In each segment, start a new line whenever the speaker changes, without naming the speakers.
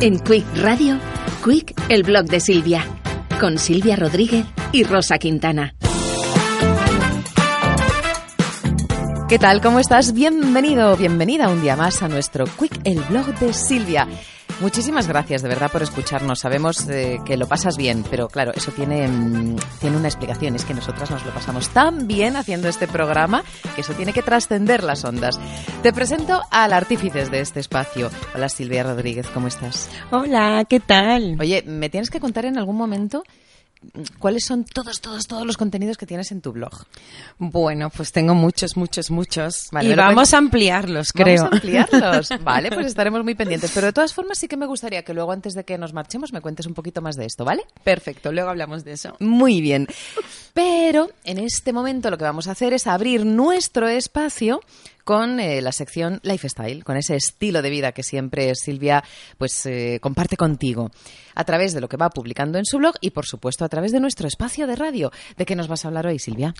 En Quick Radio, Quick, el blog de Silvia, con Silvia Rodríguez y Rosa Quintana.
¿Qué tal? ¿Cómo estás? Bienvenido, bienvenida un día más a nuestro Quick, el blog de Silvia. Muchísimas gracias de verdad por escucharnos. Sabemos eh, que lo pasas bien, pero claro, eso tiene, mm, tiene una explicación. Es que nosotras nos lo pasamos tan bien haciendo este programa que eso tiene que trascender las ondas. Te presento al artífices de este espacio. Hola Silvia Rodríguez, ¿cómo estás?
Hola, ¿qué tal?
Oye, ¿me tienes que contar en algún momento mm, cuáles son todos, todos, todos los contenidos que tienes en tu blog?
Bueno, pues tengo muchos, muchos, muchos.
Vale,
y
pero
vamos
bueno,
a ampliarlos, creo.
Vamos a ampliarlos. Vale, pues estaremos muy pendientes. Pero de todas formas, sí que me gustaría que luego, antes de que nos marchemos, me cuentes un poquito más de esto, ¿vale?
Perfecto, luego hablamos de eso.
Muy bien. Pero en este momento lo que vamos a hacer es abrir nuestro espacio con eh, la sección lifestyle, con ese estilo de vida que siempre Silvia pues eh, comparte contigo a través de lo que va publicando en su blog y por supuesto a través de nuestro espacio de radio. ¿De qué nos vas a hablar hoy, Silvia?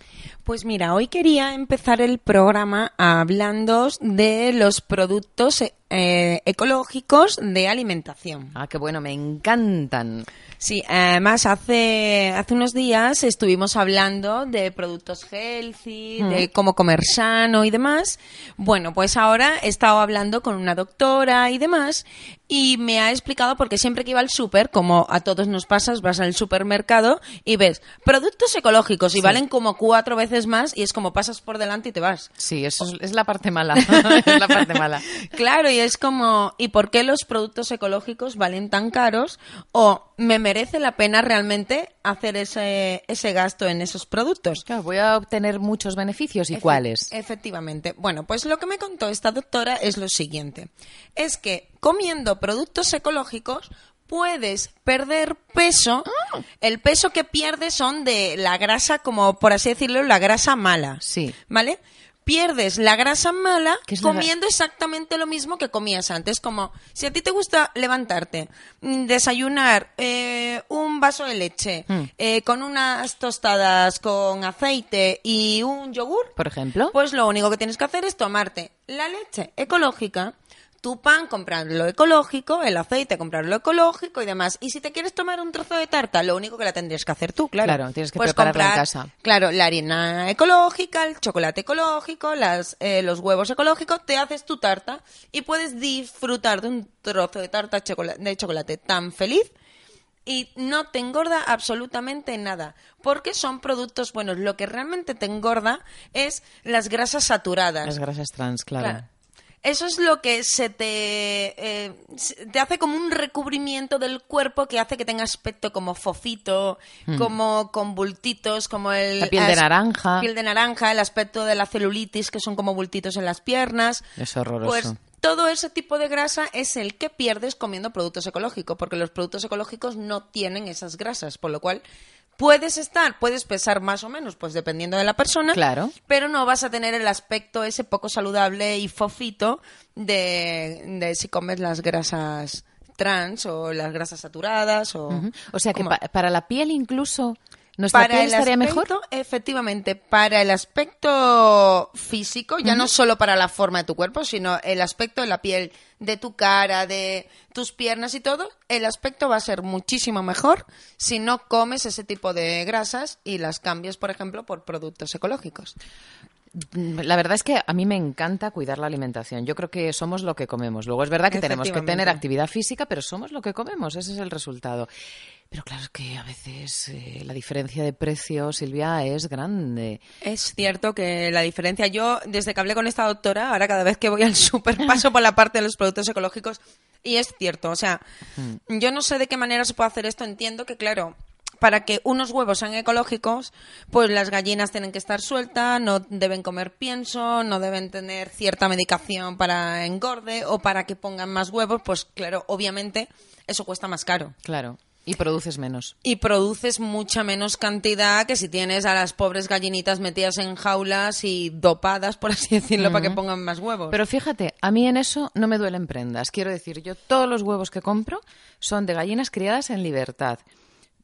Pues mira, hoy quería empezar el programa hablando de los productos eh, ecológicos de alimentación.
Ah, qué bueno, me encantan.
Sí, además hace, hace unos días estuvimos hablando de productos healthy, de cómo comer sano y demás. Bueno, pues ahora he estado hablando con una doctora y demás y me ha explicado porque siempre que iba al súper, como a todos nos pasas, vas al supermercado y ves productos ecológicos y valen como cuatro veces más y es como pasas por delante y te vas.
Sí, eso es, es la parte mala. es la parte mala.
Claro, y es como, ¿y por qué los productos ecológicos valen tan caros? ¿O me merece la pena realmente hacer ese, ese gasto en esos productos?
Claro, voy a obtener muchos beneficios y cuáles.
Efe- eh, Efectivamente. Bueno, pues lo que me contó esta doctora es lo siguiente. Es que comiendo productos ecológicos puedes perder peso.
Ah.
El peso que pierdes son de la grasa, como por así decirlo, la grasa mala.
Sí.
¿Vale? Pierdes la grasa mala
¿Qué es la gra-
comiendo exactamente lo mismo que comías antes. Como si a ti te gusta levantarte, mm, desayunar eh, un vaso de leche
Mm.
eh, con unas tostadas con aceite y un yogur,
Por ejemplo.
pues lo único que tienes que hacer es tomarte la leche ecológica, tu pan comprar lo ecológico, el aceite comprar lo ecológico y demás. Y si te quieres tomar un trozo de tarta, lo único que la tendrías que hacer tú, claro. Pues
Claro, tienes que prepararla en casa.
Claro, la harina ecológica, el chocolate ecológico, las, eh, los huevos ecológicos, te haces tu tarta y puedes disfrutar de un trozo de tarta chocola- de chocolate tan feliz y no te engorda absolutamente nada, porque son productos buenos. Lo que realmente te engorda es las grasas saturadas.
Las grasas trans, claro.
Claro. Eso es lo que se te, eh, se- te hace como un recubrimiento del cuerpo que hace que tenga aspecto como fofito, como con bultitos, como el...
Hmm. La piel de
as-
naranja.
Piel de naranja, el aspecto de la celulitis, que son como bultitos en las piernas.
Es horroroso.
Pues todo ese tipo de grasa es el que pierdes comiendo productos ecológicos, porque los productos ecológicos no tienen esas grasas, por lo cual puedes estar, puedes pesar más o menos, pues dependiendo de la persona,
Claro.
pero no vas a tener el aspecto ese poco saludable y fofito de, de si comes las grasas trans o las grasas saturadas o...
Ujú. O sea que
como-
pa- para la piel incluso nuestra piel estaría mejor.
aspecto, efectivamente, para el aspecto físico, ya no solo para la forma de tu cuerpo, sino el aspecto de la piel, de tu cara, de tus piernas y todo, el aspecto va a ser muchísimo mejor si no comes ese tipo de grasas y las cambias, por ejemplo, por productos ecológicos.
Mm, La verdad es que a mí me encanta cuidar la alimentación. Yo creo que somos lo que comemos. Luego es verdad que tenemos que tener
Efectivamente.
actividad física, pero somos lo que comemos. Ese es el resultado. Pero claro, es que a veces eh, la diferencia de precio, Silvia, es grande.
Es cierto que la diferencia, yo desde que hablé con esta doctora, ahora cada vez que voy al súper paso por la parte de los productos ecológicos y es cierto, o sea, yo no sé de qué manera se puede hacer esto, entiendo que claro, para que unos huevos sean ecológicos, pues las gallinas tienen que estar sueltas, no deben comer pienso, no deben tener cierta medicación para engorde o para que pongan más huevos, pues claro, obviamente eso cuesta más caro
Claro. Y produces menos.
y produces mucha menos cantidad que si tienes a las pobres gallinitas metidas en jaulas y dopadas, por así decirlo, para que pongan más huevos.
Pero fíjate, a mí en eso no me duelen prendas. Quiero decir, yo todos los huevos que compro son de gallinas criadas en libertad.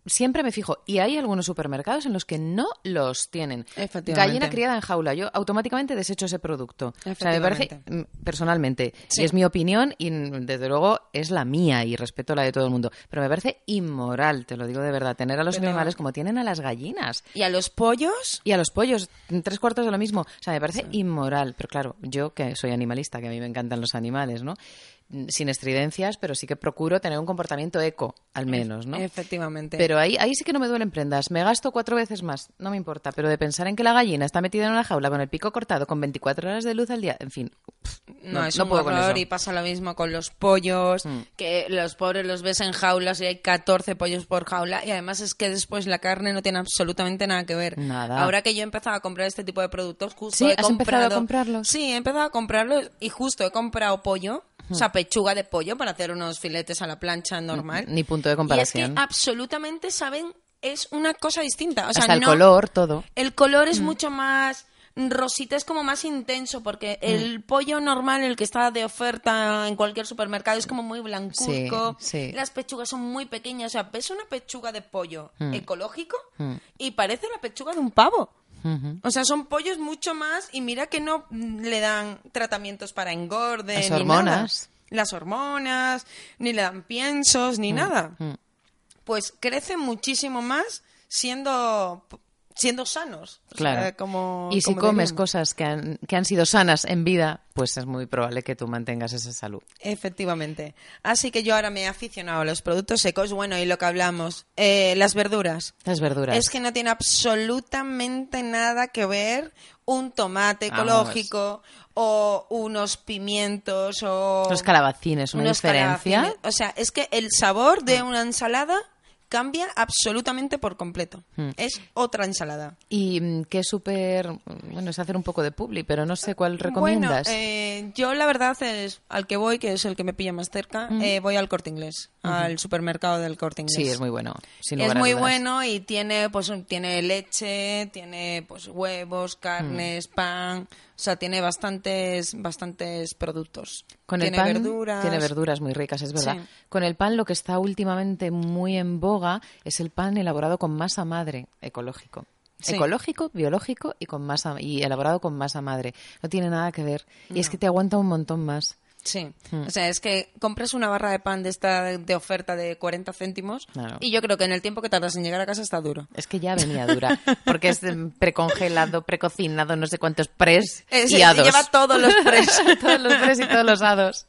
siempre me fijo. Y hay algunos supermercados en los que no los tienen.
Efectivamente.
Gallina criada en jaula. Yo automáticamente desecho ese producto. O sea, me parece,
Efectivamente.
mm, personalmente,
Sí.
y es mi opinión y mm, desde luego es la mía y respeto la de todo el mundo. Pero me parece inmoral, te lo digo de verdad, tener a los
Pero-
animales como tienen a las gallinas.
Y a los pollos,
Y a los pollos, mm, tres cuartos de lo mismo. O sea, me parece inmoral. Pero claro, yo que soy animalista, que a mí me encantan los animales, ¿no? Mm, Sin estridencias, pero sí que procuro tener un comportamiento eco, al menos, ¿no?
efectivamente.
Pero ahí, ahí sí que no me duelen prendas. Me gasto cuatro veces más, no me importa. Pero de pensar en que la gallina está metida en una jaula con el pico cortado, con 24 horas de luz al día, en fin. pff,
no, es un
puedo con
horror
eso. Mm.
y pasa lo mismo con los pollos, que los pobres los ves en jaulas y hay 14 pollos por jaula y además es que después la carne no tiene absolutamente nada que ver.
Nada.
Ahora que yo he empezado a comprar este tipo de productos, justo
Sí,
he
has empezado a
comprado-
comprarlos.
Sí, he empezado a comprarlos y justo he comprado pollo, o
Mm.
sea, pechuga de pollo para hacer unos filetes a la plancha normal.
Ni punto de comparación.
Y es que absolutamente saben, es una cosa distinta. O sea,
Hasta el
no-
color, todo.
El color
Mm.
es mucho más rosita, es como más intenso, porque
Mm.
el pollo normal, el que está de oferta en cualquier supermercado, es como muy blancuzco.
Sí, sí.
Las pechugas son muy pequeñas. O sea, ves una pechuga de pollo
Mm.
ecológico y parece la pechuga de un pavo.
Ujú.
O sea, son pollos mucho más y mira que no mm, le dan tratamientos para engorde.
Las
ni
hormonas.
nada. Las hormonas, ni le dan piensos, ni nada.
mm.
Pues crecen muchísimo más siendo, siendo sanos. O sea,
Claro.
como,
y si
como
comes
diríamos.
cosas que han, que han sido sanas en vida, pues es muy probable que tú mantengas esa salud.
Efectivamente. Así que yo ahora me he aficionado a los productos secos. Bueno, y lo que hablamos, eh, las verduras.
Las verduras.
Es que no tiene absolutamente nada que ver un tomate
Vamos.
ecológico o unos pimientos o
Los calabacines, una
unos
diferencia. Ah.
calabacines. O sea, es que el sabor de una ensalada cambia absolutamente por completo.
Hmm.
Es otra ensalada.
Y mm, qué súper. Bueno, es hacer un poco de publi, pero no sé cuál recomiendas.
Bueno, eh, yo la verdad es al que voy, que es el que me pilla más cerca, eh, voy al Corte Inglés, al supermercado del Corte Inglés.
sí, es muy bueno. sin
es
lugar a
muy
dudas.
bueno y tiene pues un- tiene leche, tiene pues huevos, carnes,
Mm.
pan, o sea, tiene bastantes bastantes productos.
Con
tiene
el pan,
verduras.
Tiene verduras muy ricas, es verdad.
Sí.
Con el pan lo que está últimamente muy en boga es el pan elaborado con masa madre, ecológico.
Sí.
Ecológico, biológico y con masa y elaborado con masa madre. No tiene nada que ver. Y es que te aguanta un montón más.
Sí.
Mm.
O sea, es que compras una barra de pan de esta de oferta de 40 céntimos
Claro.
y yo creo que en el tiempo que tardas en llegar a casa está duro.
Es que ya venía dura, porque es em, precongelado, precocinado, no sé cuántos pres
Es-
y ados.
lleva todos los pres.
todos los pres y todos los ados.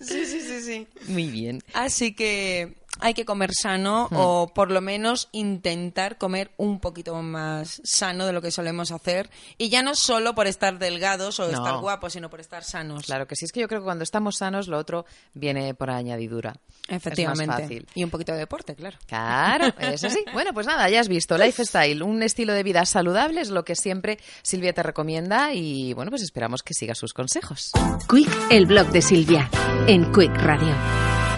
Sí, sí, sí, sí.
Muy bien.
Así que hay que comer sano
Hmm.
o por lo menos intentar comer un poquito más sano de lo que solemos hacer. Y ya no solo por estar delgados o
No.
estar guapos, sino por estar sanos.
Claro que sí, es que yo creo que cuando estamos sanos lo otro viene por añadidura.
Efectivamente.
Es más fácil.
Y un poquito de deporte, claro.
Claro, eso sí. Bueno, pues nada, ya has visto. Lifestyle, un estilo de vida saludable es lo que siempre Silvia te recomienda y bueno, pues esperamos que sigas sus consejos.
Quick, el blog de Silvia, en Quick Radio.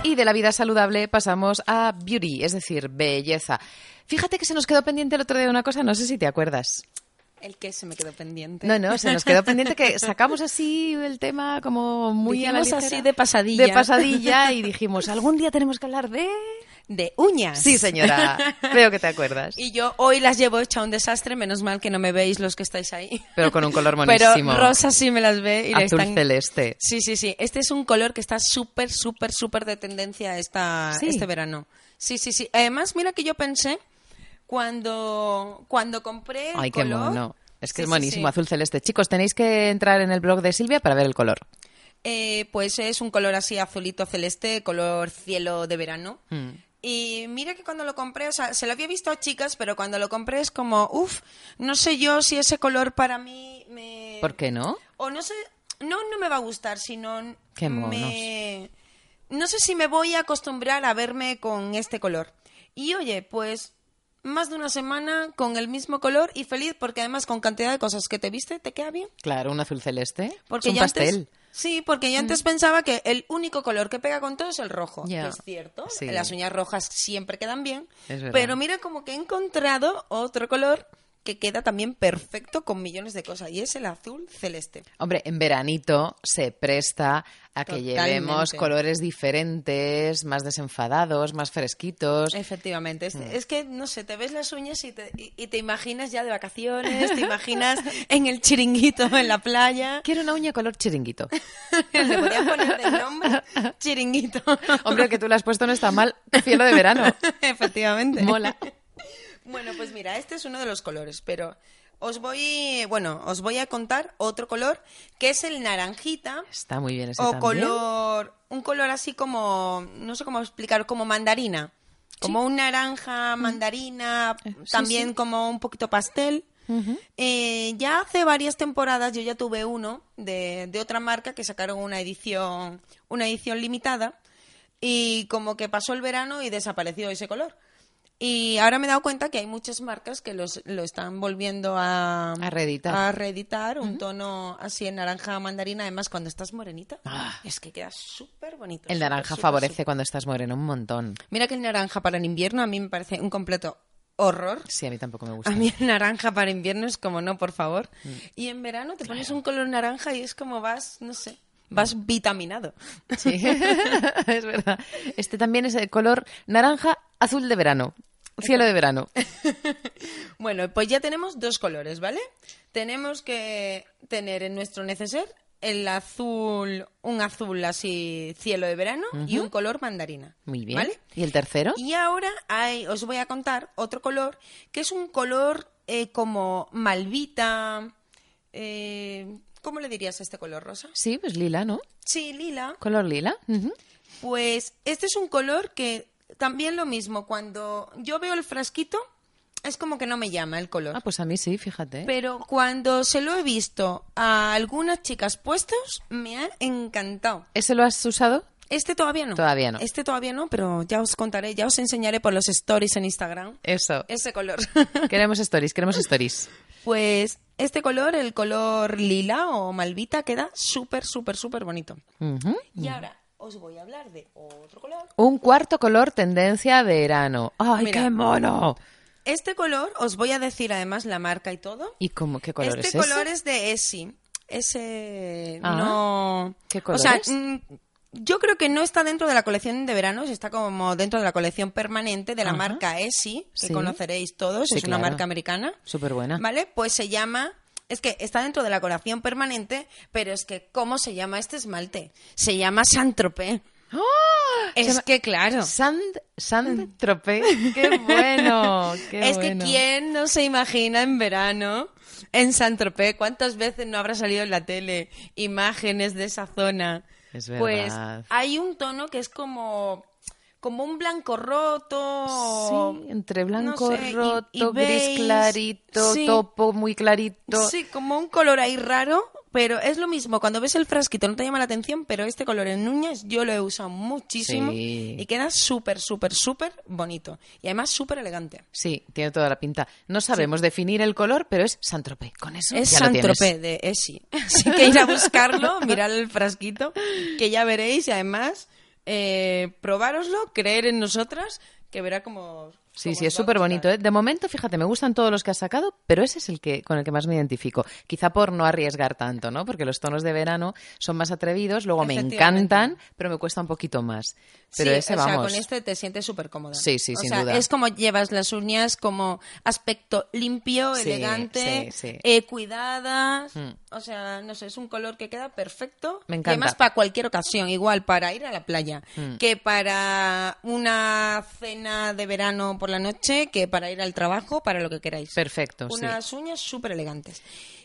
Y de la vida saludable pasamos a beauty, es decir, belleza. Fíjate que se nos quedó pendiente el otro día una cosa, no sé si te acuerdas.
El que se me quedó pendiente.
No, no, se nos quedó pendiente que sacamos así el tema como muy a la
Dijimos
ligera.
así de pasadilla.
De pasadilla y dijimos, algún día tenemos que hablar de...
De uñas.
Sí, señora, creo que te acuerdas.
Y yo hoy las llevo hecha un desastre, menos mal que no me veis los que estáis ahí.
Pero con un color
Pero
monísimo.
Rosa sí me las ve y le
azul
están...
celeste.
Sí, sí, sí. Este es un color que está súper, súper, súper de tendencia esta,
Sí.
este verano. Sí, sí, sí. Además, mira que yo pensé cuando, cuando compré. el
Ay, qué
color-
mono. Es que
Sí,
es
sí,
buenísimo,
sí.
azul celeste. Chicos, tenéis que entrar en el blog de Silvia para ver el color.
Eh, pues es un color así azulito celeste, color cielo de verano. Y mira que cuando lo compré, o sea, se lo había visto a chicas, pero cuando lo compré es como, uff, no sé yo si ese color para mí me.
¿Por qué no?
O no sé, no, no me va a gustar, sino
Qué monos.
me... No sé si me voy a acostumbrar a verme con este color. Y oye, pues más de una semana con el mismo color y feliz porque además con cantidad de cosas que te viste te queda bien.
Claro, un azul celeste.
Porque
es un
yo antes-
pastel. Mm.
sí, porque yo antes pensaba que el único color que pega con todo es el rojo.
Ya.
que es cierto,
Sí.
las uñas rojas siempre quedan bien.
Es verdad.
pero mira como que he encontrado otro color que queda también perfecto con millones de cosas y es el azul celeste.
Hombre, en veranito se presta a que
Totalmente.
llevemos colores diferentes, más desenfadados, más fresquitos.
Eh. Efectivamente, es, es que no sé, te ves las uñas y te, y- y te imaginas ya de vacaciones, te imaginas en el chiringuito, en la playa.
Quiero una uña color chiringuito.
Le podías poner el nombre chiringuito.
Hombre, el que tú le has puesto no está mal. Cielo de verano.
Efectivamente.
Mola.
Bueno, pues mira, este es uno de los colores, pero os voy, bueno, os voy a contar otro color que es el naranjita
Está muy bien ese
o
también.
color, un color así como, no sé cómo explicar, como mandarina, como un naranja mandarina,
Mm. Eh,
también como un poquito pastel. Eh, ya hace varias temporadas yo ya tuve uno de, de otra marca que sacaron una edición, una edición limitada y como que pasó el verano y desapareció ese color. Y ahora me he dado cuenta que hay muchas marcas que los, lo están volviendo a,
A reeditar.
a reeditar un tono así en naranja mandarina. Además, cuando estás morenita,
Ah.
es que queda súper bonito.
El
súper,
naranja
súper,
favorece
súper.
cuando estás moreno un montón.
Mira que el naranja para el invierno a mí me parece un completo horror.
Sí, Mm. a mí tampoco me gusta.
A mí el naranja para invierno es como no, por favor. Y en verano te pones un color naranja y es como vas, no sé, vas vitaminado.
Sí, es verdad. Este también es el color naranja azul de verano. Cielo de verano.
Bueno, pues ya tenemos dos colores, ¿vale? Tenemos que tener en nuestro neceser el azul, un azul así cielo de verano y un color mandarina.
Muy bien.
¿Vale?
¿Y el tercero?
Y ahora hay- os voy a contar otro color que es un color eh, como malvita. eh, ¿Cómo le dirías a este color, Rosa?
Sí, pues lila, ¿no?
Sí, lila.
Color lila. Ujú.
Pues este es un color que también lo mismo. Cuando yo veo el frasquito, es como que no me llama el color.
Ah, pues a mí sí, fíjate.
Pero cuando se lo he visto a algunas chicas puestos, me ha encantado.
¿Ese lo has usado?
Este todavía no.
Todavía no.
Este todavía no, pero ya os contaré, ya os enseñaré por los stories en Instagram.
Eso.
Ese color.
Queremos stories, queremos stories.
pues este color, el color lila o malvita, queda súper, súper, súper bonito.
Ujú.
Y ahora os voy a hablar de otro color.
Un cuarto color tendencia verano. ¡Ay,
Mira.
qué mono!
Este color, os voy a decir además la marca y todo.
¿Y cómo, qué color
este
es ese?
color es de Essie. Ese
Ah.
no.
¿Qué
o
color
sea,
es?
mm, yo creo que no está dentro de la colección de veranos, está como dentro de la colección permanente de la
Ajá.
marca Essie, que
Sí.
conoceréis todos,
Sí,
pues, es una
claro.
marca americana.
Superbuena.
¿Vale? Pues se llama. Es que está dentro de la colección permanente, pero es que, ¿cómo se llama este esmalte? Se llama Santropé.
¡Ah! Se
Es
llama
que, claro.
Sand, Sand Tropez. ¡Qué bueno! qué
Mm. es
bueno.
que quién no se imagina en verano en Saint-Tropez cuántas veces no habrá salido en la tele imágenes de esa zona.
Es
Pues
verdad.
hay un tono que es como como un blanco roto.
Sí, entre blanco,
no sé, y-
roto,
y beige.
gris clarito,
Sí.
topo muy clarito.
Sí, como un color ahí raro, pero es lo mismo. Cuando ves el frasquito no te llama la atención, pero este color en uñas yo lo he usado muchísimo
Sí.
y queda súper, súper, súper bonito. Y además súper elegante.
Sí, tiene toda la pinta. No sabemos definir el color, pero es Santropé. Con eso
Es
ya lo tienes.
Santropé de Esi. Así que ir a buscarlo, mirar el frasquito, que ya veréis. Y además, eh, probároslo, creer en nosotras, que verá como.
Sí, sí, es súper bonito. ¿eh? De momento, fíjate, me gustan todos los que has sacado, pero ese es el que con el que más me identifico. Quizá por no arriesgar tanto, ¿no? Porque los tonos de verano son más atrevidos, luego me
Efectivamente.
encantan, pero me cuesta un poquito más. Pero ese,
o sea,
vamos.
con este te sientes súper cómoda.
Sí, sí,
o
sin
sea,
duda.
Es como llevas las uñas como aspecto limpio,
Sí,
elegante,
sí, sí.
eh, cuidadas. O sea, no sé, es un color que queda perfecto.
Me
Y
encanta. Mm.
además para cualquier ocasión, igual para ir a la playa, que para una cena de verano por la noche, que para ir al trabajo, para lo que queráis.
Perfecto, sí.
Unas uñas súper elegantes.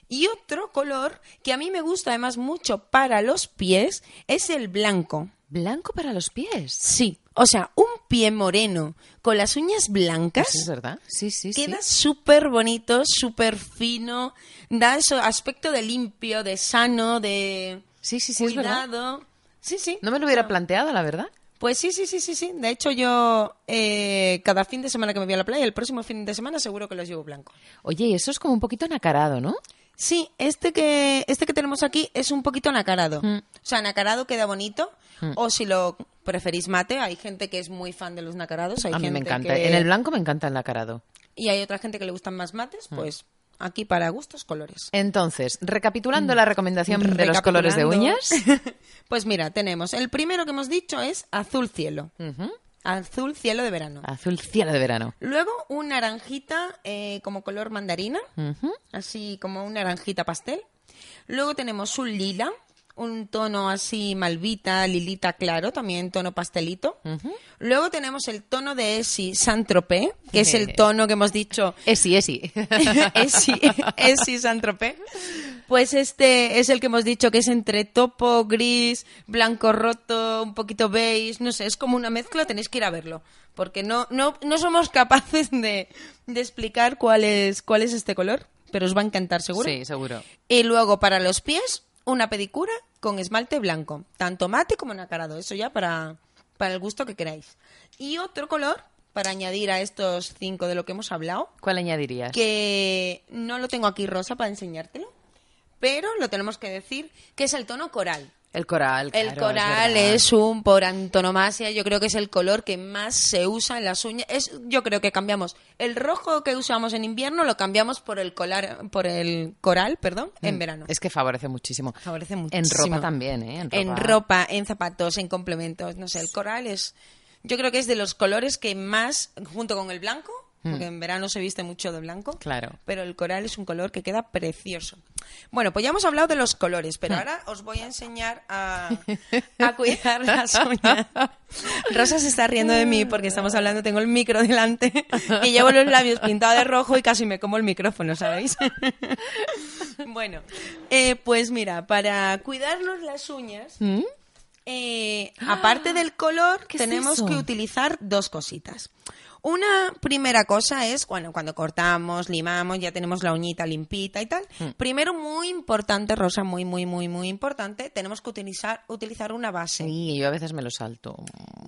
Y otro color que a mí me gusta además mucho para los pies es el blanco.
Blanco para los pies.
Sí, o sea, un pie moreno con las uñas blancas
Sí, es verdad. Sí, sí,
queda
sí.
súper bonito, súper fino, da ese aspecto de limpio, de sano, de
Sí, sí, sí, es verdad.
cuidado. Sí, sí.
No me lo hubiera planteado, la verdad.
Pues sí, sí, sí, sí, sí. De hecho, yo eh, cada fin de semana que me voy a la playa, el próximo fin de semana seguro que los llevo blanco.
Oye, y eso es como un poquito nacarado, ¿no?
Sí, este que, este que tenemos aquí es un poquito nacarado.
Mm.
O sea, nacarado queda bonito. O si lo preferís mate, hay gente que es muy fan de los nacarados. Hay
A mí me
gente
encanta.
que-
En el blanco me encanta el nacarado.
y hay otra gente que le gustan más mates, pues aquí para gustos colores.
Entonces, recapitulando la recomendación de los
Mm. Recapitulando.
colores de uñas.
pues mira, tenemos. El primero que hemos dicho es azul cielo.
Ujú.
Azul cielo de verano.
Azul cielo de verano.
Luego un naranjita eh, como color mandarina,
Ujú.
así como un naranjita pastel. Luego tenemos un lila, un tono así malvita, lilita claro, también tono pastelito. Luego tenemos el tono de Esi Santropé, que es el tono que hemos dicho
Esi, esi.
Esi, Esi Santropé. Pues este es el que hemos dicho que es entre topo, gris, blanco roto, un poquito beige, no sé, es como una mezcla, tenéis que ir a verlo, porque no, no, no somos capaces de, de explicar cuál es, cuál es este color, pero os va a encantar seguro.
Sí, seguro.
Y luego para los pies, una pedicura con esmalte blanco, tanto mate como nacarado, eso ya para, para el gusto que queráis. Y otro color para añadir a estos cinco de lo que hemos hablado,
¿Cuál añadirías?
que no lo tengo aquí rosa para enseñártelo, pero lo tenemos que decir, que es el tono coral.
El coral.
El coral es, un por antonomasia, yo creo que es el color que más se usa en las uñas. Es, yo creo que cambiamos el rojo que usamos en invierno lo cambiamos por el colar, por el coral, perdón, en verano.
Mm. Es que favorece muchísimo.
Favorece
En
muchísimo.
ropa también, ¿eh? En ropa.
En ropa, en zapatos, en complementos, no sé, el coral es yo creo que es de los colores que más junto con el blanco, porque
Mm.
en verano se viste mucho de blanco.
Claro.
Pero el coral es un color que queda precioso. Bueno, pues ya hemos hablado de los colores, pero ahora os voy a enseñar a, a cuidar las uñas. Rosa se está riendo de mí porque estamos hablando, tengo el micro delante y llevo los labios pintados de rojo y casi me como el micrófono, ¿sabéis? Bueno, eh, pues mira, para cuidarnos las uñas,
¿Mm?
eh, aparte del color,
¿Qué es
tenemos
eso?
que utilizar dos cositas. Una primera cosa es, bueno, cuando cortamos, limamos, ya tenemos la uñita limpita y tal.
Mm.
Primero, muy importante, Rosa, muy, muy, muy, muy importante, tenemos que utilizar, utilizar una base.
Sí, yo a veces me lo salto.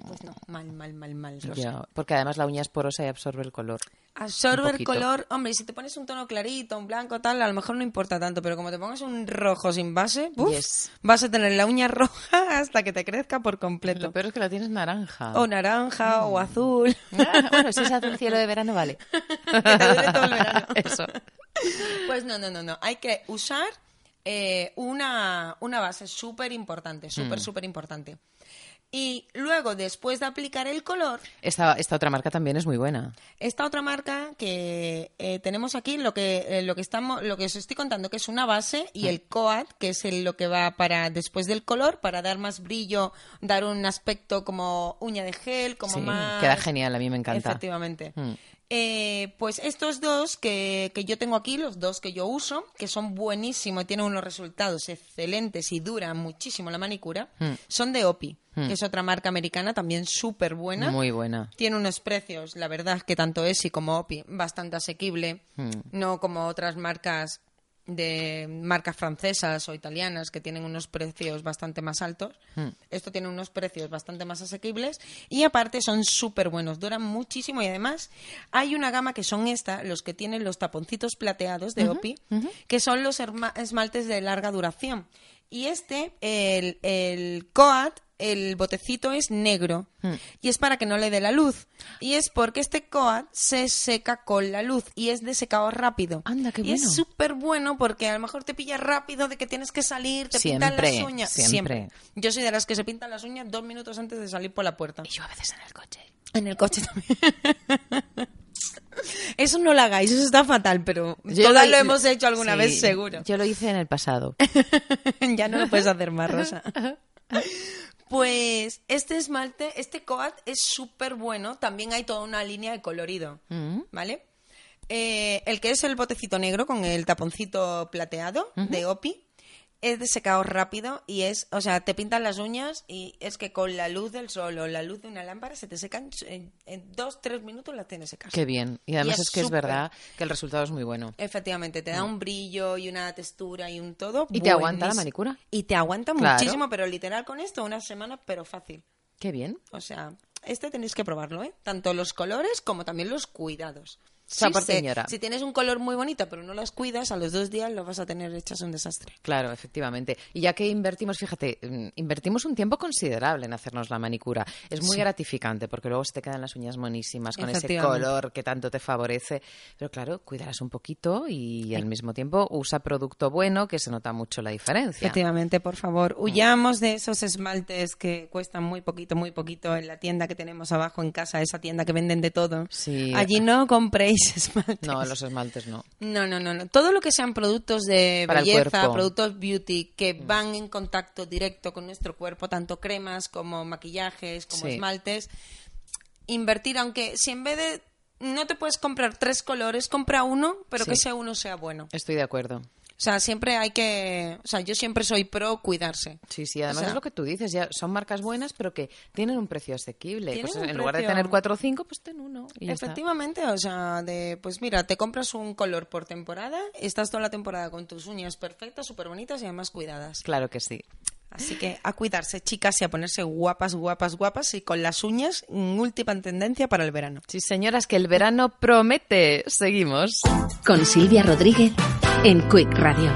Pues no, mal, mal, mal, mal, Rosa.
Ya, porque además la uña es porosa y absorbe el color. Un
Absorbe el
poquito.
color. Hombre, si te pones un tono clarito, un blanco, tal, a lo mejor no importa tanto, pero como te pongas un rojo sin base, ¡buf!
Yes.
vas a tener la uña roja hasta que te crezca por completo.
Lo peor es que la tienes naranja.
O naranja,
Mm.
o azul.
Ah, bueno, si es azul cielo de verano, vale.
Que te dure todo el verano.
Eso.
Pues no, no, no, no. Hay que usar eh, una, una base súper importante,
Mm.
súper, súper importante. Y luego, después de aplicar el color,
Esta, esta otra marca también es muy buena.
Esta otra marca que eh, tenemos aquí, lo que, eh, lo que estamos, lo que os estoy contando, que es una base
Mm.
y el coat, que es el- lo que va para después del color, para dar más brillo, dar un aspecto como uña de gel, como
Sí,
más.
queda genial, a mí me encanta.
Efectivamente.
Mm.
Eh, pues estos dos que, que yo tengo aquí, los dos que yo uso, que son buenísimos y tienen unos resultados excelentes y duran muchísimo la manicura,
Mm.
son de Opi, que es otra marca americana también súper buena.
Muy buena.
Tiene unos precios, la verdad, que tanto Etsy como Opi, bastante asequible, no como otras marcas de marcas francesas o italianas que tienen unos precios bastante más altos. Esto tiene unos precios bastante más asequibles y aparte son súper buenos, duran muchísimo y además hay una gama que son esta, los que tienen los taponcitos plateados de Opi, que son los erma- esmaltes de larga duración. Y este, el, el Coat, el botecito es negro
Hmm.
y es para que no le dé la luz. Y es porque este coat se seca con la luz y es de secado rápido.
Anda, qué
Y es
bueno.
súper bueno porque a lo mejor te pilla rápido de que tienes que salir, te pintan
Siempre,
las uñas.
siempre.
Yo soy de las que se pintan las uñas dos minutos antes de salir por la puerta.
yo a veces en el coche.
En el coche también. Eso no lo hagáis, eso está fatal, pero todas lo, hemos hecho alguna
sí,
vez seguro.
Yo lo hice en el pasado.
ya no lo puedes hacer más, Rosa. Pues este esmalte, este coat es súper bueno. También hay toda una línea de colorido, ¿vale? Eh, el que es el botecito negro con el taponcito plateado de Opi es de secado rápido y es, o sea, te pintan las uñas y es que con la luz del sol o la luz de una lámpara se te secan en, en dos, tres minutos las tienes secas.
Qué bien. Y además
Y es
es que es
súper.
verdad que el resultado es muy bueno.
Efectivamente, te da un brillo y una textura y un todo.
Mm. ¿Y te aguanta la
buenísimo.
manicura?
Y te aguanta
Claro.
muchísimo, pero literal con esto, una semana, pero fácil.
Qué bien.
O sea, este tenéis que probarlo, ¿eh? Tanto los colores como también los cuidados. O sea,
Sí,
porque
señora.
si tienes un color muy bonito pero no las cuidas, a los dos días lo vas a tener hechas un desastre.
Claro, efectivamente. Y ya que invertimos, fíjate, mm, invertimos un tiempo considerable en hacernos la manicura. Es muy gratificante porque luego se te quedan las uñas monísimas con ese
Efectivamente.
color que tanto te favorece. Pero claro, cuidarás un poquito y al mismo tiempo usa producto bueno que se nota mucho la diferencia.
Efectivamente, por
Mm.
favor, huyamos de esos esmaltes que cuestan muy poquito, muy poquito en la tienda que tenemos abajo en casa, esa tienda que venden de todo.
Sí.
Allí no compréis esmaltes.
No, los esmaltes no.
No, no, no, no. Todo lo que sean productos de
Para el
belleza,
cuerpo. Mm.
productos beauty que van en contacto directo con nuestro cuerpo, tanto cremas como maquillajes, como
Sí.
esmaltes, invertir, aunque si en vez de no te puedes comprar tres colores, compra uno, pero
Sí.
que ese uno sea bueno.
Estoy de acuerdo.
O sea, siempre hay que, o sea, yo siempre soy pro cuidarse.
Sí, sí, además
O sea-
es lo que tú dices, ya son marcas buenas, pero que tienen un precio asequible.
Tienen
Pues en
un
lugar de
precio-
tener cuatro o cinco, pues ten uno. y ya está.
Efectivamente, o sea, de, pues mira, te compras un color por temporada, estás toda la temporada con tus uñas perfectas, súper bonitas y además cuidadas.
Claro que sí.
Así que a cuidarse, chicas, y a ponerse guapas, guapas, guapas y con las uñas, última tendencia para el verano.
Sí, señoras, que el verano promete. Seguimos.
Con Silvia Rodríguez en Quick Radio.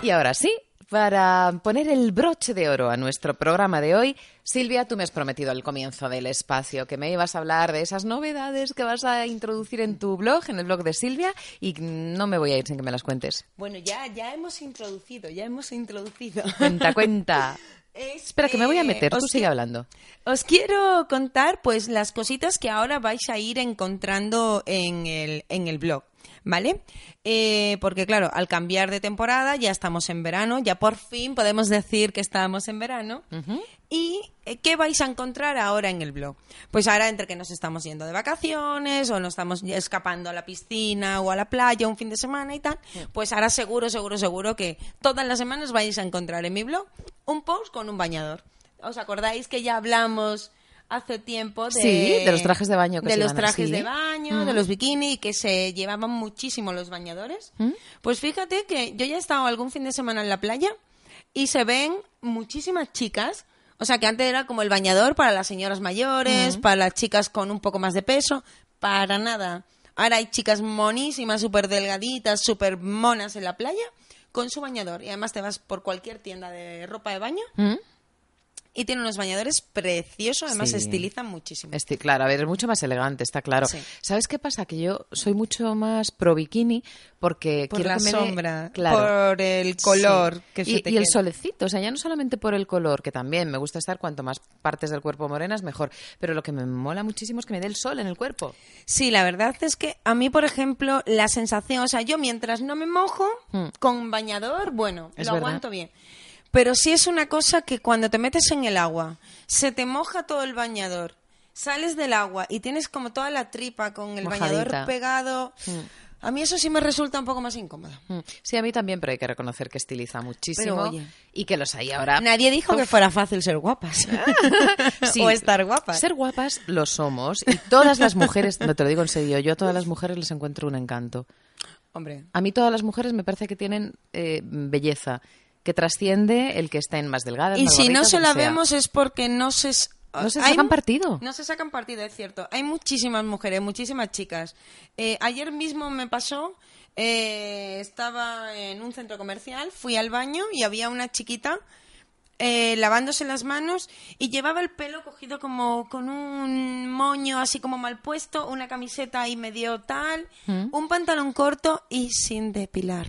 Y ahora sí, para poner el broche de oro a nuestro programa de hoy, Silvia, tú me has prometido al comienzo del espacio que me ibas a hablar de esas novedades que vas a introducir en tu blog, en el blog de Silvia, y no me voy a ir sin que me las cuentes.
Bueno, ya, ya hemos introducido, ya hemos introducido. Este,
Cuenta, cuenta.
Es
Espera, que me voy a
que
meter, tú
os
sigue
qui-
hablando.
Os quiero contar pues las cositas que ahora vais a ir encontrando en el, en el blog, ¿vale? Eh, porque claro, al cambiar de temporada ya estamos en verano, ya por fin podemos decir que estamos en verano. ¿Y eh, qué vais a encontrar ahora en el blog? Pues ahora entre que nos estamos yendo de vacaciones o nos estamos escapando a la piscina o a la playa un fin de semana y tal, pues ahora seguro, seguro, seguro que todas las semanas vais a encontrar en mi blog un post con un bañador. ¿Os acordáis que ya hablamos hace tiempo de,
Sí, de los trajes de baño que
de
se
los
van a-
trajes
sí.
de baño, de los bikini que se llevaban muchísimo los bañadores?
¿Mm?
Pues fíjate que yo ya he estado algún fin de semana en la playa y se ven muchísimas chicas, o sea, que antes era como el bañador para las señoras mayores, para las chicas con un poco más de peso, para nada. Ahora hay chicas monísimas, súper delgaditas, súper monas en la playa con su bañador y además te vas por cualquier tienda de ropa de baño
¿Mm?
y tiene unos bañadores preciosos, además
Sí.
se estilizan muchísimo.
Este, claro, a ver, es mucho más elegante, está claro.
Sí.
¿Sabes qué pasa? Que yo soy mucho más pro bikini porque
Por
quiero
la
que me dé-
sombra,
claro.
por el color
Sí.
que se
y,
te
y el
queda.
solecito, o sea, ya no solamente por el color, que también me gusta estar cuanto más partes del cuerpo morenas mejor, pero lo que me mola muchísimo es que me dé el sol en el cuerpo.
Sí, la verdad es que a mí, por ejemplo, la sensación, o sea, yo mientras no me mojo,
Mm.
con bañador, bueno,
Es
lo
verdad.
aguanto bien. Pero sí es una cosa que cuando te metes en el agua, se te moja todo el bañador, sales del agua y tienes como toda la tripa con el
Mojadita. Hmm.
bañador pegado. A mí eso sí me resulta un poco más incómodo.
Mm. Sí, a mí también, pero hay que reconocer que estiliza muchísimo
Pero, oye.
y que los hay ahora.
Nadie dijo que fuera fácil ser guapas
Sí,
o estar guapas.
Ser guapas lo somos y todas las mujeres, no te lo digo en serio, yo a todas las mujeres les encuentro un encanto.
Hombre,
A mí todas las mujeres me parece que tienen eh, belleza, que trasciende el que estén más delgadas.
Y
más
si no
gorditas,
se
lo
la
que sea.
vemos es porque no se... s-
No se
hay
sacan
mu-
partido.
No se sacan partido, es cierto. Hay muchísimas mujeres, muchísimas chicas. Eh, ayer mismo me pasó, eh, estaba en un centro comercial, fui al baño y había una chiquita eh, lavándose las manos y llevaba el pelo cogido como con un moño así como mal puesto, una camiseta ahí medio tal, un pantalón corto y sin depilar.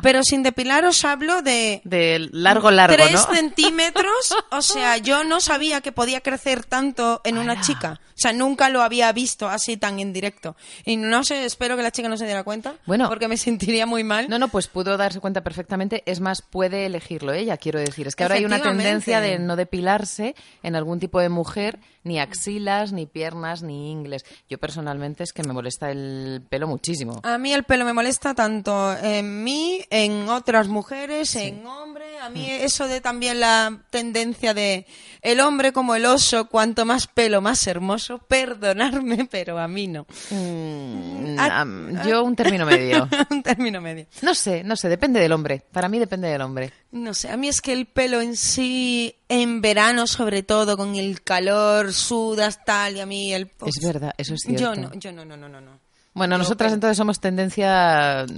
Pero sin depilar os hablo de
De largo, largo,
Tres
¿no?
centímetros, o sea, yo no sabía que podía crecer tanto en una
Ala.
chica. O sea, nunca lo había visto así tan en directo. Y no sé, espero que la chica no se diera cuenta,
Bueno.
porque me sentiría muy mal.
No, no, pues pudo darse cuenta perfectamente. Es más, puede elegirlo ella, quiero decir. Es que ahora hay una
Efectivamente.
tendencia de no depilarse en algún tipo de mujer, ni axilas, ni piernas, ni ingles.
Ah,
Yo personalmente es que me molesta el pelo muchísimo.
A mí el pelo me molesta tanto en mí mí, en otras mujeres, en hombres. A mí eso de también la tendencia de el hombre como el oso, cuanto más pelo, más hermoso. Perdonarme, pero a mí no.
Mm,
Ah,
am, yo un término medio.
Un término medio.
No sé, no sé, depende del hombre. Para mí depende del hombre.
No sé, a mí es que el pelo en sí, en verano sobre todo, con el calor, sudas, tal, y a mí el...
Es verdad, eso es cierto.
Pues Yo no, yo no, no, no, no. no.
Bueno,
Yo
nosotras
pelo.
entonces somos tendencia mm,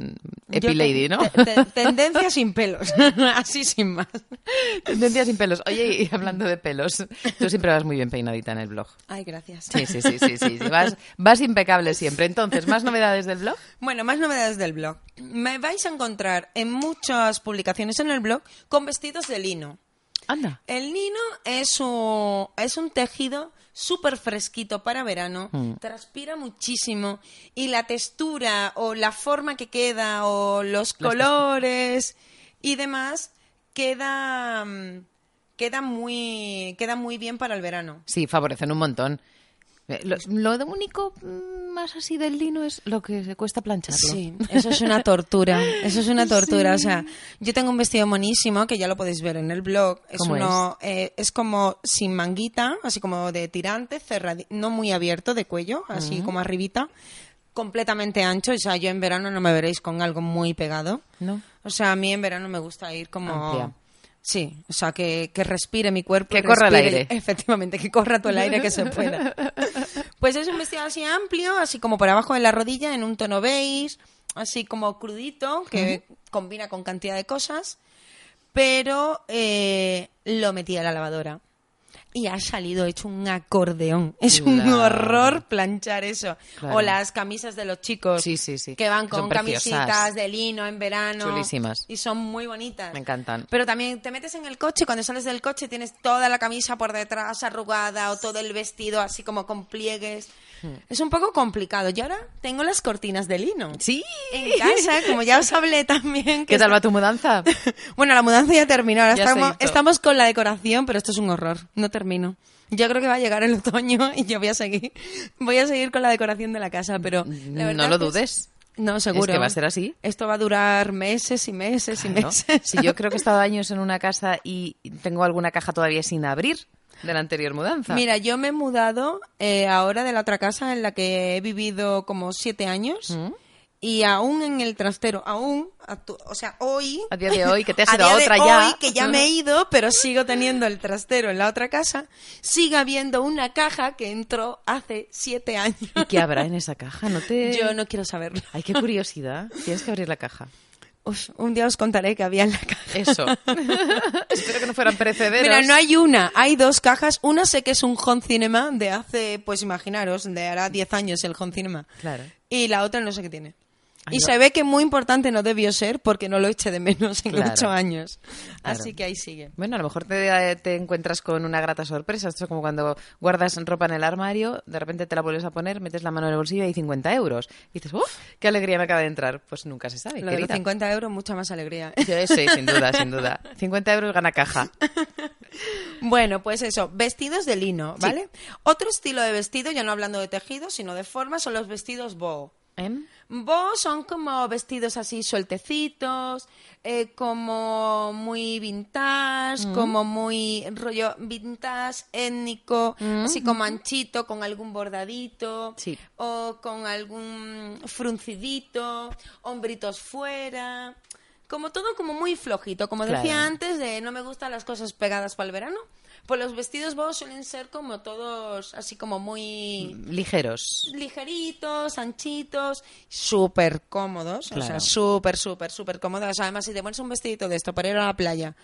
Yo
epilady,
te-
¿no?
te- te- tendencia sin pelos, así sin más.
tendencia sin pelos. Oye, y hablando de pelos, tú siempre vas muy bien peinadita en el blog.
Ay, gracias.
Sí, sí, sí, sí, sí. sí. Vas, vas impecable siempre. Entonces, ¿más novedades del blog?
Bueno, más novedades del blog. Me vais a encontrar en muchas publicaciones en el blog con vestidos de lino.
Anda.
El lino es un, es un tejido súper fresquito para verano, transpira muchísimo y la textura o la forma que queda o los colores y demás queda, mm, queda, muy, queda muy bien para el verano.
Sí, favorecen un montón. Eh, Lo, lo de único mm, más así del lino es lo que se cuesta plancharlo.
Sí, eso es una tortura. Eso es una tortura. O sea, yo tengo un vestido monísimo que ya lo podéis ver en el blog. Es
¿Cómo
uno, eh, es como sin manguita, así como de tirante, cerradi- no muy abierto de cuello, así como arribita, completamente ancho. O sea, yo en verano no me veréis con algo muy pegado.
¿No?
O sea, a mí en verano me gusta ir como.
Amplia.
Sí, o sea, que, que respire mi cuerpo.
Que corra el
respire-
aire.
Efectivamente, que corra todo el aire que se pueda. Pues es un vestido así amplio, así como por abajo de la rodilla, en un tono beige, así como crudito, que combina con cantidad de cosas. Pero eh, lo metí a la lavadora. Y ha salido hecho un acordeón. Es un
Claro.
horror planchar eso.
Claro.
O las camisas de los chicos.
Sí, sí, sí.
Que van
Son
con
preciosas.
camisitas de lino en verano.
Chulísimas.
Y son muy bonitas.
Me encantan.
Pero también te metes en el coche, cuando sales del coche tienes toda la camisa por detrás arrugada o todo el vestido así como con pliegues.
Hmm.
Es un poco complicado. Y ahora tengo las cortinas de lino.
Sí.
En casa, como ya os hablé también. que
¿Qué tal va
está-
tu mudanza?
Bueno, la mudanza ya terminó. Ahora
Ya se
estamos,
hizo.
estamos con la decoración, pero esto es un horror. No termino. Yo creo que va a llegar el otoño y yo voy a seguir. Voy a seguir con la decoración de la casa, pero. la verdad
No lo
es que es-
dudes.
No, seguro.
Es que va a ser así. Ah,
Esto va a durar meses y meses y
¿no?
meses.
Si yo creo que he estado años en una casa y tengo alguna caja todavía sin abrir de la anterior mudanza.
Mira, yo me he mudado eh, ahora de la otra casa en la que he vivido como siete años
¿Mm?
y aún en el trastero, aún, actu- o sea, hoy...
A día de hoy, que te has
a
ido a
día de
otra ya.
hoy, que ya me he ido, pero sigo teniendo el trastero en la otra casa, sigue habiendo una caja que entró hace siete años.
¿Y qué habrá en esa caja? No te...
Yo no quiero saberlo.
Ay, qué curiosidad. Tienes que abrir la caja.
Uf, un día os contaré que había en la caja.
Eso. Espero que no fueran precederos.
Mira, no hay una, hay dos cajas. Una sé que es un home cinema de hace, pues imaginaros, de hará 10 años el home cinema.
Claro.
Y la otra no sé qué tiene.
Ay,
y
no.
se ve que muy importante no debió ser porque no lo eché de menos en
Claro.
ocho años.
Claro.
Así que ahí sigue.
Bueno, a lo mejor te, te encuentras con una grata sorpresa. Esto es como cuando guardas ropa en el armario, de repente te la vuelves a poner, metes la mano en el bolsillo y hay 50 euros. Y dices, ¡Uf! ¡Qué alegría me acaba de entrar! Pues nunca se sabe.
Lo de los
querida.
50 euros, mucha más alegría.
Sí, eh, sí, sin duda, sin duda. 50 euros gana caja.
Bueno, pues eso, vestidos de lino, ¿vale? Otro estilo de vestido, ya no hablando de tejido, sino de forma, son los vestidos boho.
¿Em?
Bo son como vestidos así sueltecitos, eh, como muy vintage,
Mm.
como muy rollo vintage, étnico, así como anchito, con algún bordadito,
Mm. Sí.
o con algún fruncidito, hombritos fuera, como todo como muy flojito, como
Claro.
decía antes de no me gustan las cosas pegadas para el verano. Pues los vestidos bo suelen ser como todos así como muy
Ligeros.
ligeritos, anchitos, súper cómodos, o sea,
Claro.
súper, súper, súper cómodos. O sea, además, si te pones un vestidito de esto para ir a la playa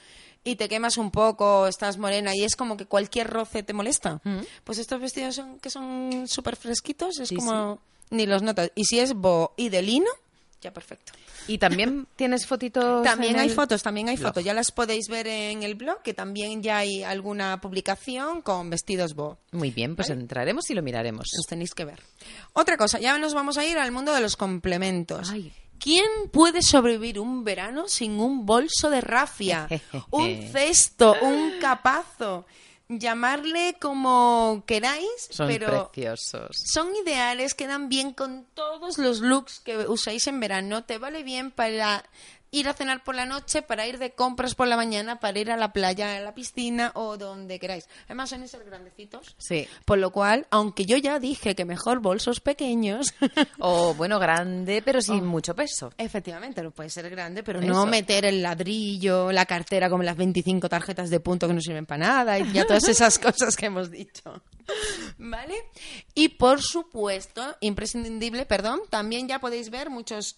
y te quemas un poco, estás morena y es como que cualquier roce te molesta, pues estos vestidos son, que son súper fresquitos, es
Mm. Sí,
como ni los notas. Y si es bo y de lino, ya perfecto.
¿Y también tienes fotitos?
También
en
hay
el-
fotos, también hay
blog.
fotos. Ya las podéis ver en el blog, que también ya hay alguna publicación con vestidos bo.
Muy bien, pues entraremos y lo miraremos.
Los pues tenéis que ver. Otra cosa, ya nos vamos a ir al mundo de los complementos.
Ay.
¿Quién puede sobrevivir un verano sin un bolso de rafia? un cesto, un capazo. Llamarle como queráis,
Son
pero
preciosos.
son ideales, quedan bien con todos los looks que usáis en verano. Te vale bien para ir a cenar por la noche, para ir de compras por la mañana, para ir a la playa, a la piscina o donde queráis. Además, son esos grandecitos.
Sí.
Por lo cual, aunque yo ya dije que mejor bolsos pequeños.
O bueno, grande, pero sin
Oh.
mucho peso.
Efectivamente, no puede ser grande, pero
Eso.
no meter el ladrillo, la cartera con las 25 tarjetas de punto que no sirven para nada y ya todas esas cosas que hemos dicho. ¿Vale? Y por supuesto, imprescindible, perdón, también ya podéis ver muchas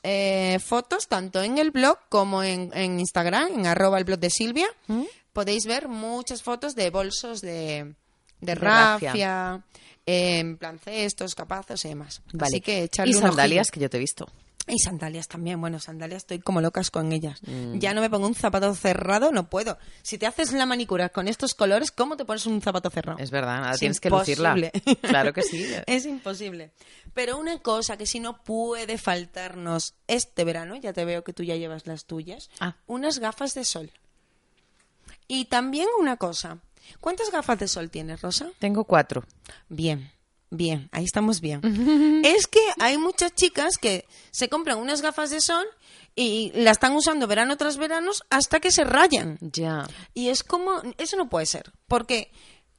fotos, tanto en el blog como en, en Instagram, en arroba el blog de Silvia.
¿Mm?
Podéis ver muchas fotos de bolsos de, de,
rafia.
rafia, en plan cestos, capazos y demás.
Vale.
Así que echarle
y
un ojillo.
sandalias que yo te he visto.
Y sandalias también, bueno, sandalias estoy como locas con ellas.
Mm.
Ya no me pongo un zapato cerrado, no puedo. Si te haces la manicura con estos colores, ¿cómo te pones un zapato cerrado?
Es verdad, ahora
Es
tienes que lucirla.
imposible.
Claro que sí. Eh,
es imposible. Pero una cosa que si no puede faltarnos este verano, ya te veo que tú ya llevas las tuyas,
Ah.
unas gafas de sol. Y también una cosa, ¿cuántas gafas de sol tienes, Rosa?
Tengo cuatro.
Bien, bien, ahí estamos bien. es que hay muchas chicas que se compran unas gafas de sol y la están usando verano tras verano hasta que se rayan.
Ya.
Y es como, eso no puede ser, porque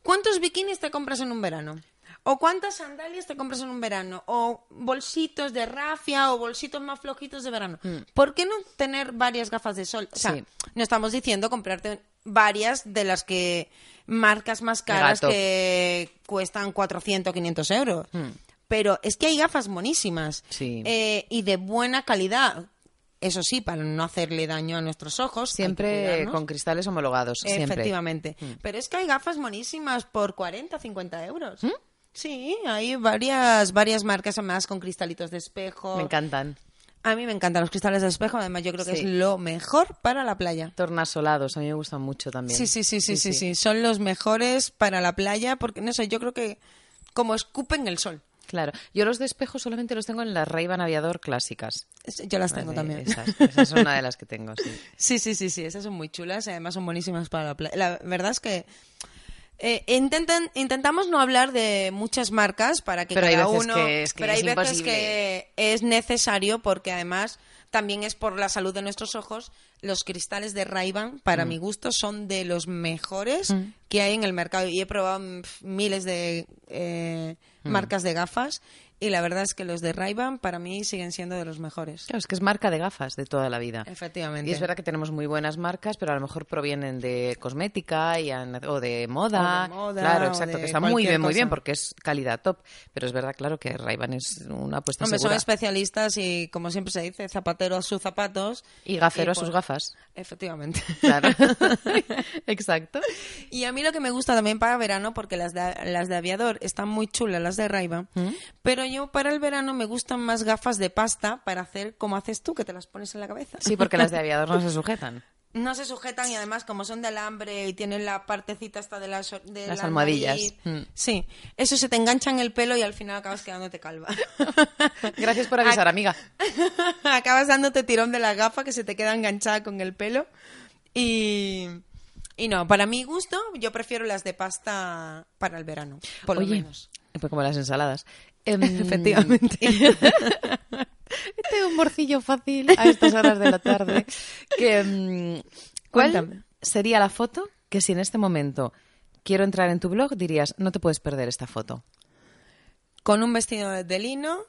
¿cuántos bikinis te compras en un verano? ¿O cuántas sandalias te compras en un verano? ¿O bolsitos de rafia o bolsitos más flojitos de verano? ¿Por qué no tener varias gafas de sol? O sea,
Mm. Sí.
no estamos diciendo comprarte varias de las que marcas más caras
gato.
que cuestan 400 o 500 euros. Pero es que hay gafas monísimas
Mm. Sí.
eh, y de buena calidad. Eso sí, para no hacerle daño a nuestros ojos. hay que
Siempre
cuidarnos.
con cristales homologados. Siempre. Mm.
Efectivamente. Pero es que hay gafas monísimas por 40, 50 euros.
¿Mm?
Sí, hay varias, varias marcas además con cristalitos de espejo.
Me encantan.
A mí me encantan los cristales de espejo, además yo creo que
Sí.
es lo mejor para la playa.
Tornasolados, a mí me gustan mucho también.
Sí, sí, sí, sí, sí, sí, Son los mejores para la playa porque, no sé, yo creo que como escupen el sol.
Claro. Yo los despejos solamente los tengo en las ray Aviador clásicas.
Es- Yo las tengo
Vale,
también.
Esas, pues esa es una de las que tengo, sí.
Sí, sí, sí, sí, esas son muy chulas y además son buenísimas para la playa. La verdad es que eh, intentan, intentamos no hablar de muchas marcas para que
Pero hay
cada
veces
uno...
que es que
pero
es
hay veces
imposible.
que es necesario porque además también es por la salud de nuestros ojos. Los cristales de ray para
Mm.
mi gusto, son de los mejores que hay en el mercado y he probado mm, pf, miles de eh,
Mm.
marcas de gafas y la verdad es que los de ray para mí siguen siendo de los mejores.
Claro, es que es marca de gafas de toda la vida.
Efectivamente.
Y es verdad que tenemos muy buenas marcas, pero a lo mejor provienen de cosmética y an- o de moda.
O de moda,
claro,
o
exacto,
de
que está muy
cualquier
bien, muy
cosa.
bien, porque es calidad top. Pero es verdad, claro, que ray es una apuesta
Hombre, son
segura.
especialistas y, como siempre se dice, zapatero a sus zapatos.
Y gafero
Y
a sus
por-
gafas.
Efectivamente.
Claro. exacto.
y a mí lo que me gusta también para verano, porque las de, las de aviador están muy chulas, las de Raiva,
¿Mm?
pero yo para el verano me gustan más gafas de pasta para hacer como haces tú, que te las pones en la cabeza.
Sí, porque las de aviador no se sujetan.
No se sujetan y además como son de alambre y tienen la partecita esta de las, de
Las
la
almohadillas.
nariz,
Mm.
Sí, eso se te engancha en el pelo y al final acabas quedándote calva.
Gracias por avisar,
Ac-
amiga.
Acabas dándote tirón de la gafa que se te queda enganchada con el pelo. Y, y no, para mi gusto, yo prefiero las de pasta para el verano, por
Oye,
lo menos.
pues como las ensaladas. Em,
Efectivamente.
Este es un morcillo fácil a estas horas de la tarde. Que, mm, ¿Cuál
Cuéntame.
sería la foto que si en este momento quiero entrar en tu blog dirías no te puedes perder esta foto?
Con un vestido de lino,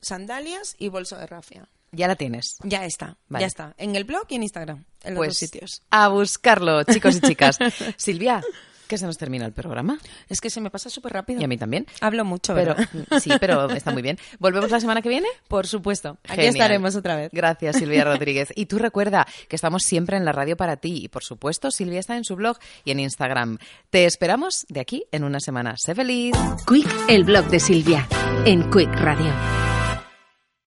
sandalias y bolso de rafia.
Ya la tienes.
Ya está,
Vale.
ya está. En el blog y en Instagram, en los
pues
dos sitios.
a buscarlo, chicos y chicas. Silvia, que se nos termina el programa
Es que se me pasa súper rápido.
y a mí también.
Hablo mucho,
Pero
¿verdad?
sí, pero está muy bien. Volvemos la semana que viene.
Por supuesto. Aquí
Genial.
estaremos otra vez.
Gracias, Silvia Rodríguez. Y tú recuerda que estamos siempre en la radio para ti. Y por supuesto, Silvia está en su blog y en Instagram. Te esperamos de aquí en una semana. Sé feliz.
Quick, el blog de Silvia, en Quick Radio.